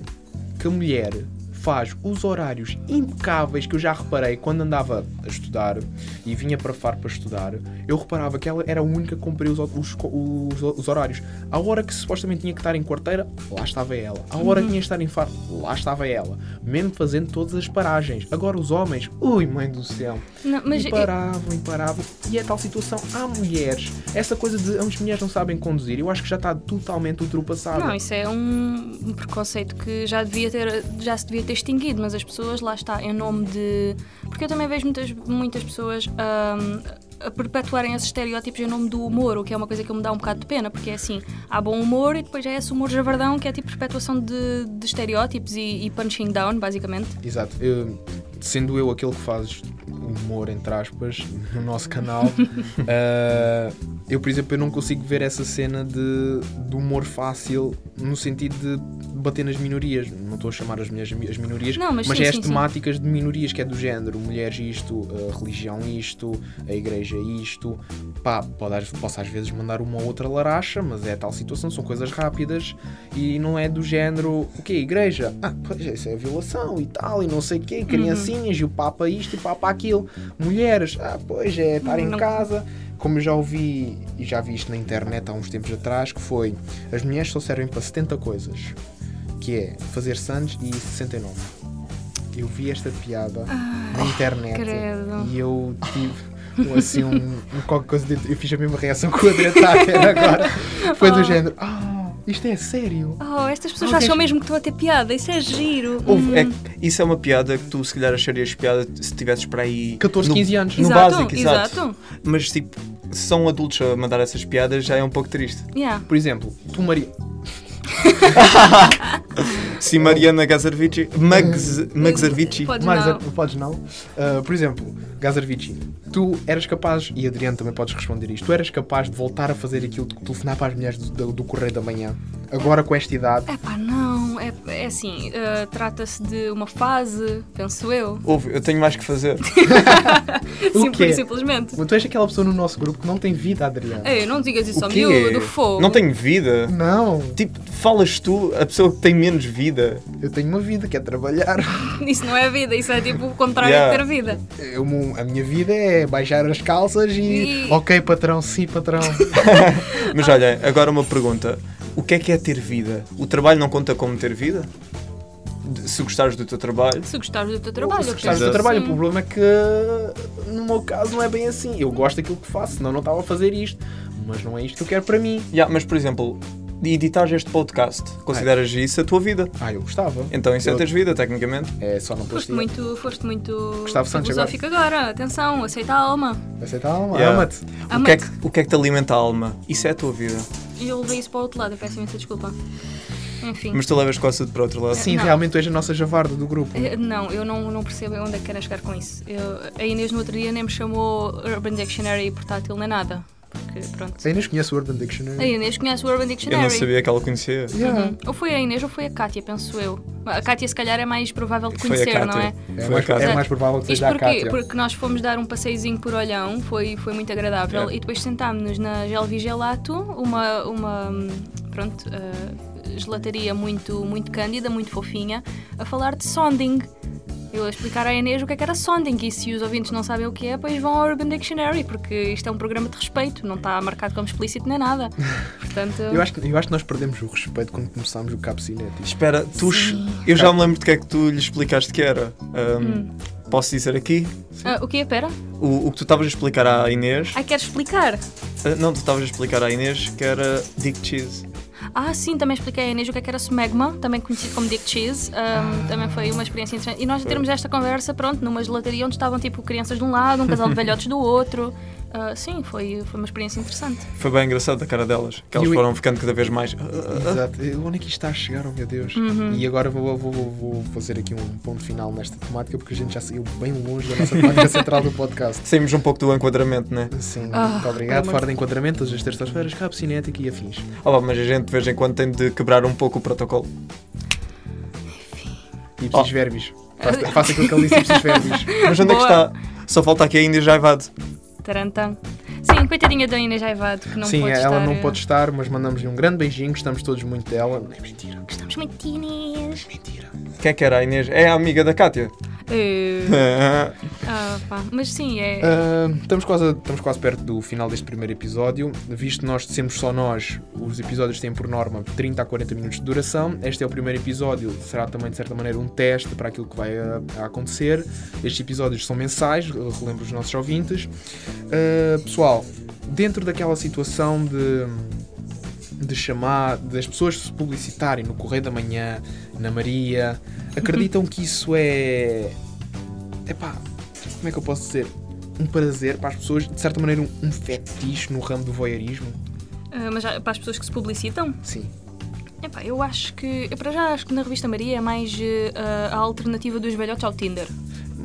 A: que a mulher faz os horários impecáveis que eu já reparei quando andava a estudar e vinha para Faro para estudar, eu reparava que ela era a única que cumpria os, os- os- os horários. A hora que supostamente tinha que estar em quarteira, lá estava ela. A
B: Uhum.
A: hora que tinha que estar em Faro, lá estava ela. Mesmo fazendo todas as paragens. Agora os homens, ui mãe do céu
B: Não, mas
A: e paravam, e paravam. E é tal situação. Há mulheres. Essa coisa de as mulheres não sabem conduzir, eu acho que já está totalmente ultrapassada.
B: Não, isso é um um preconceito que já devia ter, já se devia ter extinguido, mas as pessoas lá está em nome de, porque eu também vejo muitas muitas pessoas hum, a perpetuarem esses estereótipos em nome do humor, o que é uma coisa que me dá um bocado de pena, porque é assim, há bom humor e depois já é esse humor javardão que é tipo perpetuação de, de estereótipos e, e punching down, basicamente.
A: Exato. Eu, sendo <laughs>
B: <laughs>
A: eu aquele que faz humor, entre aspas, no nosso canal, ah, Eu, por exemplo, eu não consigo ver essa cena de, de humor fácil no sentido de bater nas minorias. Não estou a chamar as mulheres mi- as minorias,
B: Não, mas sim,
A: é as
B: sim, sim.
A: temáticas de minorias, que é do género mulheres isto, a religião isto, a igreja isto. Pá, pode, às- posso às vezes mandar uma ou outra laracha, mas é tal situação, são coisas rápidas e não é do género, o quê, igreja? Ah, pois isso é violação e tal, e não sei o quê, criancinhas, e o papa isto e o papa aquilo. Mulheres, ah, pois é, estar em
B: Não-
A: casa. Como eu já ouvi e já vi isto na internet há uns tempos atrás, que foi as mulheres só servem para 70 coisas, que é fazer sandes e 69. Eu vi esta piada na internet
B: Ah, credo.
A: e eu tive um, assim um, um qualquer coisa dentro. Eu fiz a mesma reação que o André está a ter agora. Foi do
B: Oh.
A: género, ah, isto é sério.
B: Oh, estas pessoas
A: Ok.
B: acham mesmo que estão a ter piada, isso é giro.
C: Ouve, é que isso é uma piada que tu se calhar acharias piada se tivesses para aí
A: 14,
C: no-
A: 15 anos.
C: no
B: Exato,
C: básico, exato.
B: exato.
C: Mas tipo, se são adultos a mandar essas piadas já é um pouco triste.
B: Yeah.
A: Por exemplo, tu Maria.
C: Se Mariana Gazarvici,
B: Hum.
C: Mags, Magzarvici,
B: Podes
A: Mares,
B: não.
A: não podes não. Ah, por exemplo, Gazarvici, tu eras capaz, e Adriano também podes responder isto, tu eras capaz de voltar a fazer aquilo de telefonar para as mulheres do, do, do Correio da Manhã, agora com esta idade.
B: Epá, não, é, é assim, eh, trata-se de uma fase, penso eu.
C: ouve, eu tenho mais que fazer.
B: Sim,
A: quê?
B: simplesmente.
A: Mas tu és aquela pessoa no nosso grupo que não tem vida, Adriano.
B: Ei, não digas isso
C: O
B: ao
C: quê?
B: miúdo, fogo.
C: Não tenho vida.
A: Não,
C: Tipo, falas tu, a pessoa que tem menos vida.
A: eu tenho uma vida, que é trabalhar.
B: <laughs> Isso não é vida, isso é tipo o contrário
C: Yeah.
B: de ter vida.
A: Eu- a minha vida é baixar as calças e.
B: E-
A: Ok, patrão, sim, patrão.
C: Mas olha, agora uma pergunta. O que é que é ter vida? O trabalho não conta como ter vida? De- Se gostares do teu trabalho,
B: Se gostares do teu <laughs> trabalho,
A: Se
B: eu
A: gostares do
B: penso
A: teu trabalho, o
B: assim.
A: problema é que no meu caso não é bem assim. Eu gosto daquilo que faço, senão não estava a fazer isto. Mas não é isto que eu quero para mim.
C: Yeah, mas por exemplo, editar este podcast, consideras isso a tua vida?
A: Ah, eu gostava.
C: Então isso é
A: Eu-
C: teres vida, tecnicamente.
A: É só não
B: Foste
A: postar.
B: muito, foste muito
A: Gustavo Santos agora.
B: filosófico agora. Atenção, aceita a alma.
A: Aceita a alma,
C: Yeah.
A: ama-te.
C: O que, é
B: Ama-te.
C: que, o que é que te alimenta a alma? Isso é a tua vida.
B: E eu levei isso para o outro lado, eu peço imensa desculpa. Enfim.
C: Mas tu levas com a para outro lado.
A: Sim,
B: Não.
A: realmente tu és a nossa javarda do grupo.
B: Eh, Não, eu não, não percebo onde é que querem chegar com isso. Eu- a Inês no outro dia nem me chamou Urban Dictionary portátil nem nada. Porque, pronto.
A: Ainda conheço o Urban
B: A
A: Dictionary.
B: Inês conhece o Urban
C: Eu
B: Dictionary.
C: não sabia que ela conhecia.
A: Yeah.
B: Uhum. Ou foi a Inês ou foi a Kátia, penso eu. A Kátia, se calhar, é mais provável de
C: Foi a
B: conhecer, não é?
C: Cátia.
A: É,
C: Foi a
A: mais,
C: Cátia.
A: é mais provável que
B: Isto
A: seja a
B: porquê?
A: Cátia.
B: Porque nós fomos dar um passeiozinho por Olhão, foi, foi muito agradável,
C: É.
B: e depois sentámos-nos na Gelvi Gelato, uma, uma hum, pronto, eh, gelataria muito, muito cândida, muito fofinha, a falar de sonding. Eu a explicar à Inês o que é que era sonding e se os ouvintes não sabem o que é, pois vão ao Urban Dictionary, porque isto é um programa de respeito, não está marcado como explícito nem nada. Portanto,
A: Eu acho, que, eu acho que nós perdemos o respeito quando começámos o Capsinete.
C: Espera, tu. Eu já me lembro do que é que tu lhe explicaste que era. Ahm,
B: Hum.
C: Posso dizer aqui?
B: Ah, o que é? Pera?
C: O, o que tu estavas a explicar à Inês.
B: Ai, queres explicar?
C: Ah, Não, tu estavas a explicar à Inês que era Dick Cheese.
B: Ah, sim, também expliquei à Inês o que é que era smegma, também conhecido como Dick Cheese. Um, Também foi uma experiência interessante. E nós termos esta conversa, pronto, numa gelataria onde estavam tipo crianças de um lado, um casal de velhotes do outro. Ah, sim, foi, foi uma experiência interessante.
C: Foi bem engraçado a cara delas,
A: E
C: que elas
A: o-
C: foram ficando cada vez mais. Ah,
A: Exato. Eh, Onde é que isto está a chegar, oh meu Deus?
B: Uhum.
A: E agora vou, vou- vou- vou fazer aqui um ponto final nesta temática, porque a gente já saiu bem longe da nossa
B: <laughs>
A: temática central do podcast.
C: Saímos um pouco do enquadramento, né?
A: Sim,
B: Ah,
A: muito
B: pelo
A: obrigado.
B: amor
A: Fora de enquadramento, todas as terças-feiras, Cabo Cinética e afins.
C: Ah, pá, mas a gente de vez em quando tem de quebrar um pouco o protocolo.
A: E
C: Oh.
A: precisos verbis. Faça, faça aquilo que ele disse, precisos verbis.
C: Mas onde é que
B: Boa.
C: está? Só falta aqui ainda já Jaivado.
B: Tarantam. Sim, coitadinha da Inês Aivado, que não
A: Sim,
B: pode
A: ela
B: estar.
A: não
B: eh,
A: pode estar, mas mandamos-lhe um grande beijinho, gostamos todos muito dela. É mentira,
B: Estamos muito de Inês.
A: mentira.
C: Quem é que era a Inês? É a amiga da Kátia. <laughs> É.
B: Eh, ah, pá. Mas sim, é.
A: Ah, estamos, quase, estamos quase perto do final deste primeiro episódio. Visto que nós sermos só nós, os episódios têm por norma 30 a 40 minutos de duração. Este é o primeiro episódio, será também de certa maneira um teste para aquilo que vai ah, a acontecer. Estes episódios são mensais, eu relembro os nossos ouvintes. Ah, pessoal, dentro daquela situação de de chamar, das pessoas se publicitarem no Correio da Manhã, na Maria, acreditam que isso é. Epá, como é que eu posso dizer? Um prazer para as pessoas, de certa maneira, um, um fetiche no ramo do voyeurismo?
B: Ah, mas já- para as pessoas que se publicitam,
A: Sim.
B: Epá, eu acho que. Eu para já acho que na revista Maria é mais eh, ah, a alternativa dos velhotes ao Tinder.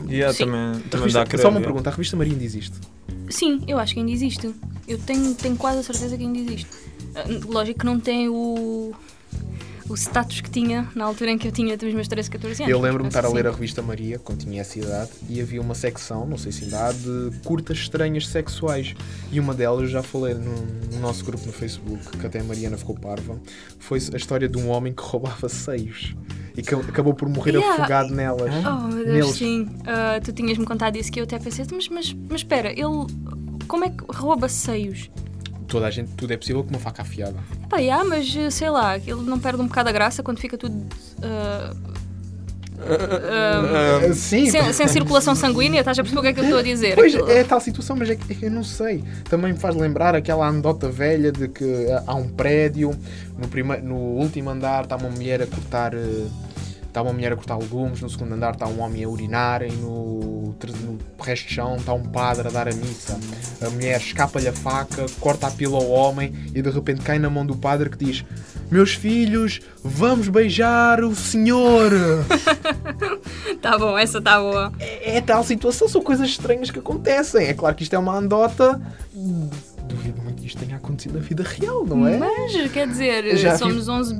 C: Yeah,
B: Sim.
C: também,
A: A
C: também dá
A: revista-
C: a crer,
A: só uma
C: yeah.
A: pergunta: a revista Maria ainda existe?
B: Sim, eu acho que ainda existe. Eu tenho, tenho quase a certeza que ainda existe. Ah, Lógico que não tem o, o status que tinha na altura em que eu tinha os meus 13, 14 anos.
A: Eu lembro-me de
B: mas
A: estar a
B: penso
A: ler a
B: assim,
A: revista Maria, quando tinha essa idade, e havia uma secção, não sei se ainda há, de curtas estranhas sexuais. E uma delas, eu já falei no, no nosso grupo no Facebook, que até a Mariana ficou parva, foi a história de um homem que roubava seios e que acabou por morrer
B: Yeah.
A: afogado nelas.
B: Oh meu Deus,
A: Neles.
B: sim. Ah, tu tinhas-me contado isso que eu até pensei, mas, mas, mas espera, ele como é que rouba seios?
A: Toda a gente, tudo é possível com uma faca afiada.
B: Pá, ah, mas eh, sei lá, ele não perde um bocado a graça quando fica tudo ah,
A: Ah, Sim,
B: sem, sem circulação sanguínea, estás a perceber o que é que eu estou a dizer?
A: Pois
B: Aquilo-
A: é tal situação, mas é que é que eu não sei. Também me faz lembrar aquela anedota velha de que ah, há um prédio, no, primeiro, no último andar está uma mulher a cortar. eh, Está uma mulher a cortar legumes, no segundo andar está um homem a urinar e no, ter- no resto de chão está um padre a dar a missa. A mulher escapa-lhe a faca, corta a pila ao homem e de repente cai na mão do padre que diz: Meus filhos, vamos beijar o senhor!
B: Tá bom, essa tá boa.
A: é tal situação, são coisas estranhas que acontecem. É claro que isto é uma anedota. Duvido muito que isto tenha acontecido na vida real, não é?
B: Mas, quer dizer,
A: Já
B: somos 11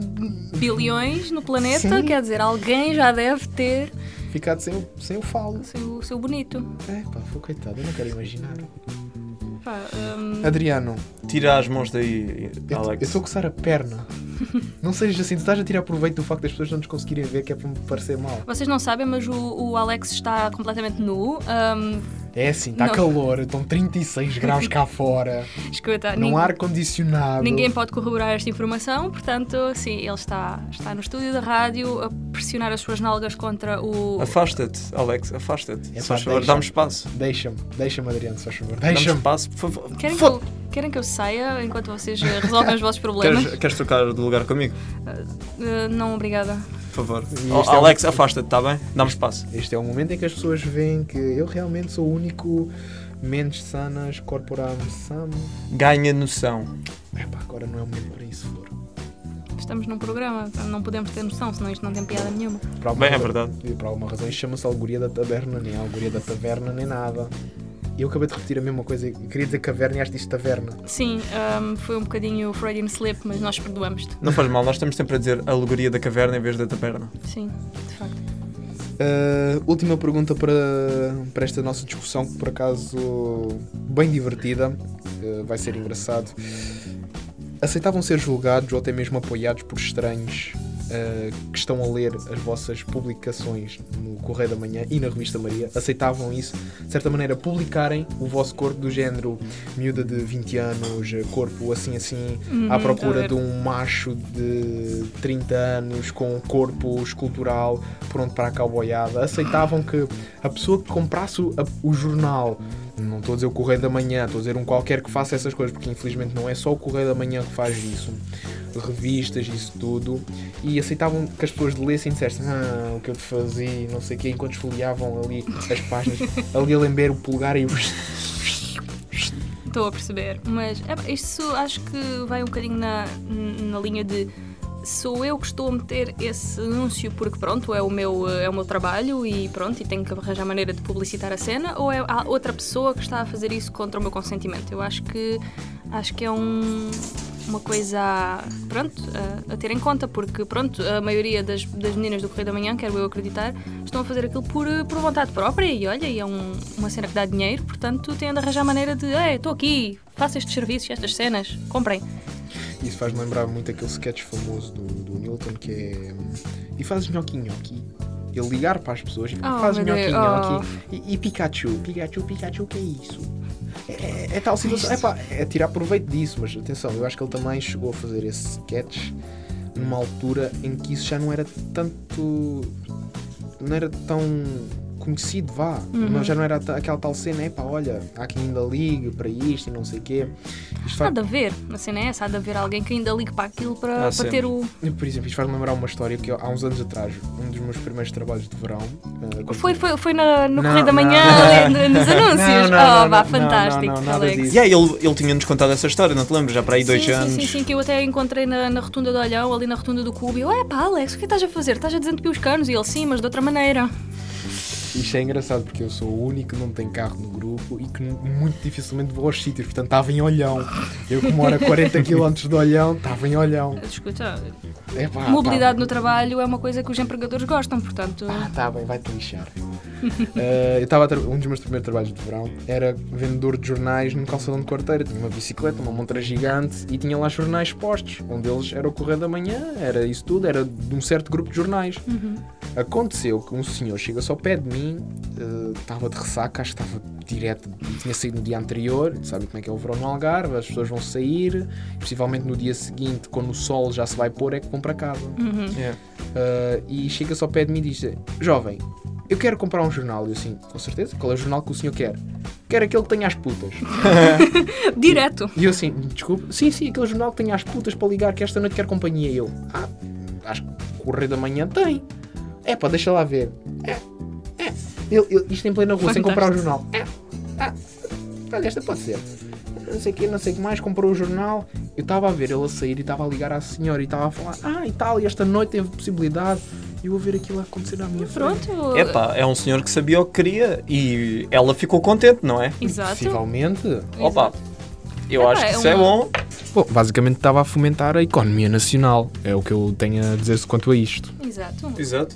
B: bilhões no planeta,
A: Sim.
B: quer dizer, alguém já deve ter
A: Ficado sem, o- sem o falo.
B: o seu, o seu bonito.
A: É, pá, foi coitado, eu não quero imaginar.
B: Hum. Pá, hum,
A: Adriano,
C: Tira as mãos daí,
A: eu, eu
C: Alex.
A: estou a coçar a perna. <laughs> Não sejas assim, tu estás a tirar proveito do facto das pessoas não nos conseguirem ver, que é para me parecer mal.
B: vocês não sabem, mas o, o Alex está completamente nu. Hum,
A: É assim, está
B: Não.
A: calor, estão 36 graus cá
B: <laughs>
A: fora,
B: escuta,
A: não
B: nin-
A: há ar-condicionado.
B: ninguém pode corroborar esta informação, portanto, sim, ele está, está no estúdio da rádio a pressionar as suas nalgas contra o.
C: Afasta-te, Alex, afasta-te.
A: É pá,
C: Se faz favor,
A: deixa.
C: Dá-me espaço.
A: Deixa-me, deixa-me, Adriano, se faz favor.
C: Dá-me
A: Deixa-me.
C: espaço, por favor.
B: Querem que,
C: Fo-
B: eu, querem que eu saia enquanto vocês eh, resolvem os vossos problemas?
C: Queres, queres trocar de lugar comigo?
B: Eh, não, obrigada.
C: Por favor.
A: E
C: Oh,
A: este é um-
C: Alex, afasta-te,
B: tá
C: está bem? Dá-me espaço.
A: Este é o momento em que as pessoas veem que eu realmente sou o único menos sanas corporam sam.
C: Ganha noção.
A: Epá, agora não é o momento para isso, Flor.
B: Estamos num programa, não podemos ter noção, senão isto não tem piada nenhuma.
A: Por alguma
C: Bem, é
A: razão-
C: verdade.
A: e Por alguma razão isto chama-se Algoria da Taberna, nem Algoria da Taverna, nem nada. E eu acabei de repetir a mesma coisa. Eu queria dizer caverna e acho que disse taverna.
B: Sim, ahm, foi um bocadinho Freudian slip, mas nós perdoamos-te.
C: Não faz mal, nós estamos sempre a dizer a alegoria da caverna em vez da taberna.
B: Sim, de facto.
A: Ah, última pergunta para, para esta nossa discussão, que por acaso bem divertida, ah, vai ser engraçado. Aceitavam ser julgados ou até mesmo apoiados por estranhos ah, que estão a ler as vossas publicações no Correio da Manhã e na Revista Maria? Aceitavam isso? De certa maneira, publicarem o vosso corpo do género miúda de 20 anos, corpo assim assim,
B: Uhum,
A: à
B: a
A: procura
B: ver.
A: de um macho de 30 anos com um corpo escultural pronto para a cowboyada. Aceitavam que a pessoa que comprasse o, a- o jornal, não estou a dizer o Correio da Manhã, estou a dizer um qualquer que faça essas coisas, porque infelizmente não é só o Correio da Manhã que faz isso. Revistas, isso tudo, e aceitavam que as pessoas lessem e dissessem ah, o que eu te fazia, não sei o quê, enquanto esfoliavam ali as páginas, ali a lembrar o polegar e o.
B: Estou a perceber. Mas é pá, isso acho que vai um bocadinho na, na linha de sou eu que estou a meter esse anúncio porque pronto, é o meu, eh, é o meu trabalho e pronto, e tenho que arranjar maneira de publicitar a cena, ou é há outra pessoa que está a fazer isso contra o meu consentimento? Eu acho que acho que é um uma coisa a- pronto, a, a ter em conta, porque pronto, a maioria das, das meninas do Correio da Manhã, quero eu acreditar, estão a fazer aquilo por, eh, por vontade própria e olha, e é um- uma cena que dá dinheiro, portanto têm de arranjar maneira de ei, estou aqui, faço estes serviços, estas cenas, comprem.
A: Isso faz-me lembrar muito aquele sketch famoso do, do Newton que é. hum, E fazes nhoqui nhoqui. Ele ligar para as pessoas e
B: Oh,
A: fazes
B: meu
A: nhoqui
B: Deus, oh.
A: nhoqui. E, e Pikachu, Pikachu, Pikachu, o que é isso? É, é- é tal situação. É, pá, é tirar proveito disso, mas atenção, eu acho que ele também chegou a fazer esse sketch numa altura em que isso já não era tanto. não era tão conhecido, vá.
B: Uhum.
A: Não, já não era ta- aquela tal cena, é pá, olha, há quem ainda liga para isto e não sei o quê. Isto
B: Há
A: faz-
B: de haver, a cena é essa, há de haver alguém que ainda ligue para aquilo
C: Há
B: para, para
C: sempre.
B: ter o.
A: Por exemplo, isto faz-me lembrar uma história que eu, há uns anos atrás, um dos meus primeiros trabalhos de verão. ah, quando-
B: Foi, foi, foi na, no
A: Não,
B: Correio da
A: não.
B: Manhã, ali nos anúncios.
A: Não, não,
B: oh,
A: não,
B: vá,
A: não,
B: fantástico,
A: não, não, nada
B: Alex.
A: disso.
C: E aí, ele, ele tinha-nos contado essa história, não te lembro? Já para aí dois
B: sim,
C: anos.
B: Sim, sim, sim, que eu até encontrei na, na rotunda do Olhão, ali na rotunda do Cubo. E eu, é pá, Alex, o que estás a fazer? Estás a desentupiar os canos? E ele, sim, mas de outra maneira.
A: Isto é engraçado porque eu sou o único que não tem carro no grupo e que muito dificilmente vou aos sítios. Portanto, estava em Olhão. Eu que moro a
B: <laughs>
A: 40 km de Olhão, estava em Olhão.
B: Escuta,
C: Ah,
A: Epá,
B: mobilidade
A: tá
B: no trabalho é uma coisa que os empregadores gostam, portanto.
A: bem. Ah, tá bem, vai-te lixar. <laughs> Eh, eu estava a tra- um dos meus primeiros trabalhos de verão era vendedor de jornais no calçadão de quarteira. Tinha uma bicicleta, uma montra gigante e tinha lá os jornais postos. Um deles era o Correio da Manhã, era isso tudo, era de um certo grupo de jornais. Aconteceu que um senhor chega-se ao pé de mim, eh, estava de ressaca, acho que estava direto, tinha saído no dia anterior, sabe como é que é o verão no Algarve, as pessoas vão sair, possivelmente no dia seguinte, quando o sol já se vai pôr, é que vão para casa.
B: Uhum.
C: Yeah.
A: Uh, e chega-se ao pé de mim e diz: Jovem, eu quero comprar um jornal. E eu assim, com certeza, qual é o jornal que o senhor quer? Quero aquele que tenha as putas.
B: Direto.
A: E eu assim, desculpe, sim, sim, aquele jornal que tem às putas para ligar, que esta noite quer companhia. E eu, ah, acho que o Correio da Manhã tem. É pá, deixa lá ver. É, é. Ele, ele- isto em plena rua, sem comprar o jornal. É, ah, olha, esta pode ser. Não sei o que, não sei o que mais, comprou o jornal. Eu estava a ver ele a sair e estava a ligar à senhora e estava a falar, ah, e tal, e esta noite teve possibilidade. E eu a ver aquilo a acontecer na minha frente.
B: Pronto.
C: Epá, é um senhor que sabia o que queria e ela ficou contente, não é?
B: Exato.
A: Possivelmente.
C: Opa, eu
B: Epá,
C: acho que
B: é
C: isso é
B: uma-
C: bom.
A: Bom, basicamente estava a fomentar a economia nacional. É o que eu tenho a dizer quanto a isto.
B: Exato.
C: Exato.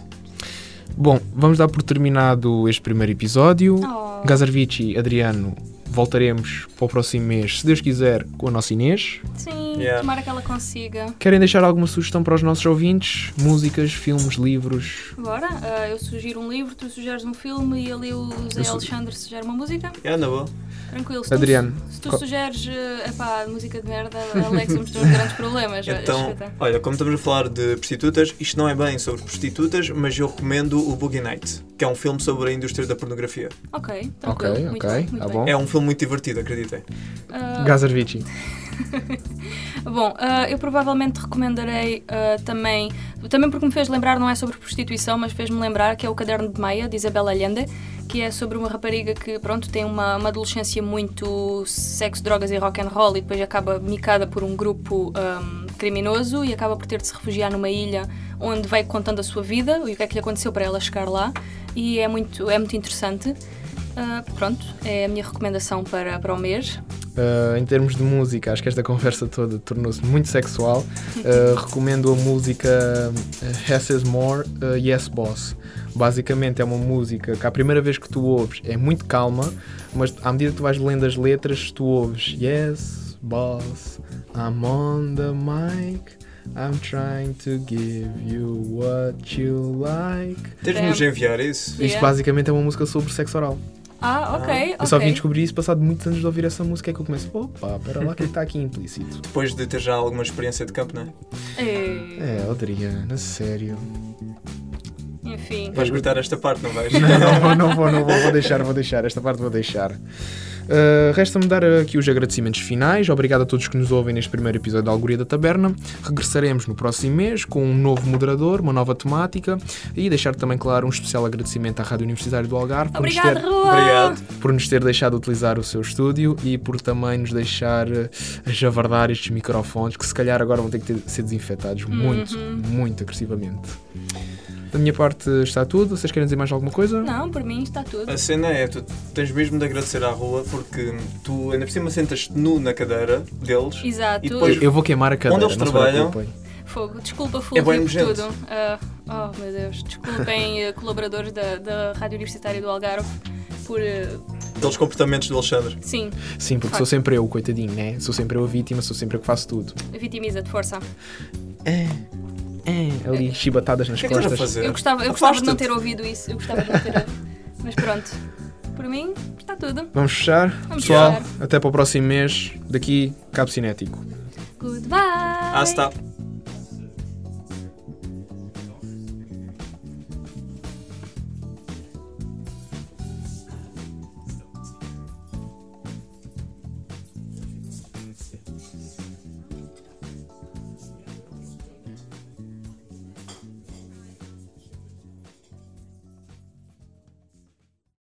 A: Bom, vamos dar por terminado este primeiro episódio.
B: Oh.
A: Gazarvici, Adriano, voltaremos para o próximo mês, se Deus quiser, com a nossa Inês.
B: Sim,
C: Yeah.
B: tomara que ela consiga.
A: Querem deixar alguma sugestão para os nossos ouvintes? Músicas, filmes, livros?
B: Agora, ah, eu sugiro um livro, tu sugeres um filme e ali o Zé
A: su-
B: Alexandre sugere uma música.
C: É, na boa.
B: Tranquilo. Se tu,
A: Adriano,
B: Se tu
A: qual-
B: sugeres, eh, epá, música de merda, Alex, vamos ter uns grandes problemas.
C: Então,
B: Escuta.
C: olha, como estamos a falar de prostitutas, isto não é bem sobre prostitutas, mas eu recomendo o Boogie Night, que é um filme sobre a indústria da pornografia.
B: Ok, tranquilo.
A: Ok,
B: muito
A: ok,
B: bem, muito
A: tá
B: bem.
A: bom.
C: É um filme muito divertido, acreditem.
B: Ah,
A: Gazarvici.
B: Bom, ah, eu provavelmente recomendarei ah, também, também porque me fez lembrar, não é sobre prostituição, mas fez-me lembrar que é o Caderno de Maia, de Isabel Allende, que é sobre uma rapariga que, pronto, tem uma, uma adolescência muito sexo, drogas e rock and roll e depois acaba nicada por um grupo ahm, criminoso e acaba por ter de se refugiar numa ilha onde vai contando a sua vida e o que é que lhe aconteceu para ela chegar lá e é muito, é muito interessante. Ah, pronto, é a minha recomendação para, para o mês.
A: Uh, em termos de música, acho que esta conversa toda tornou-se muito sexual. Uh, recomendo a música uh, Hess is More, uh, Yes Boss. Basicamente é uma música que à primeira vez que tu ouves é muito calma, mas à medida que tu vais lendo as letras, tu ouves Yes Boss, I'm on the mic. I'm trying to give you what you like.
C: Tens
B: É.
C: de nos enviar isso?
B: Yeah.
A: Isto basicamente é uma música sobre sexo oral.
B: Ah, ok, ok.
A: Eu só vim descobrir isso passado muitos anos de ouvir essa música é que eu começo, opa, pera lá, o que é que está aqui implícito?
C: Depois de ter já alguma experiência de campo, não é?
B: Ei.
A: É, Adriana, sério.
B: Enfim.
C: Vais cortar esta parte, não vais?
A: Não vou, não vou, não vou, vou deixar, vou deixar, esta parte vou deixar. Uh, Resta-me dar aqui os agradecimentos finais. Obrigado a todos que nos ouvem neste primeiro episódio da Algoria da Taberna. Regressaremos no próximo mês com um novo moderador, uma nova temática e deixar também, claro, um especial agradecimento à Rádio Universitária do Algarve por nos
B: Obrigada,
A: ter-
B: Rua!
C: Obrigado.
A: por nos ter deixado utilizar o seu estúdio e por também nos deixar eh, javardar estes microfones que se calhar agora vão ter que ter- ser desinfetados muito,
B: Uhum.
A: muito agressivamente. Da minha parte está tudo. Vocês querem dizer mais alguma coisa?
B: Não, por mim está tudo.
C: A cena é, tu tens mesmo de agradecer à rua porque tu ainda por cima sentas nu na cadeira deles.
B: Exato.
C: E depois-
A: Eu vou queimar a cadeira.
C: Onde eles
A: não se
C: trabalham?
A: preocupem.
B: Fogo. Desculpa, Fulvio,
C: bem
B: por
C: nojento.
B: tudo. Ah, oh, meu Deus.
C: <laughs>
B: Desculpem, eh, colaboradores da, da Rádio Universitária do Algarve, por. eh,
C: Pelos comportamentos do Alexandre.
B: sim,
A: Sim, porque
B: Fuck.
A: sou sempre eu, coitadinho, né? Sou sempre eu a vítima, sou sempre eu que faço tudo.
B: vitimiza-te, força.
A: É, é, ali chibatadas nas
C: O que é que estás a
A: costas.
C: fazer?
B: Eu gostava, eu gostava de não
C: Afasta-te.
B: ter ouvido isso. Eu gostava de não ter. eh, Mas pronto. Por mim, está tudo.
A: Vamos fechar?
B: Vamos
A: Pessoal,
B: fechar.
A: até para o próximo mês. Daqui, Cabo Cinético.
B: Goodbye!
C: Ah, está.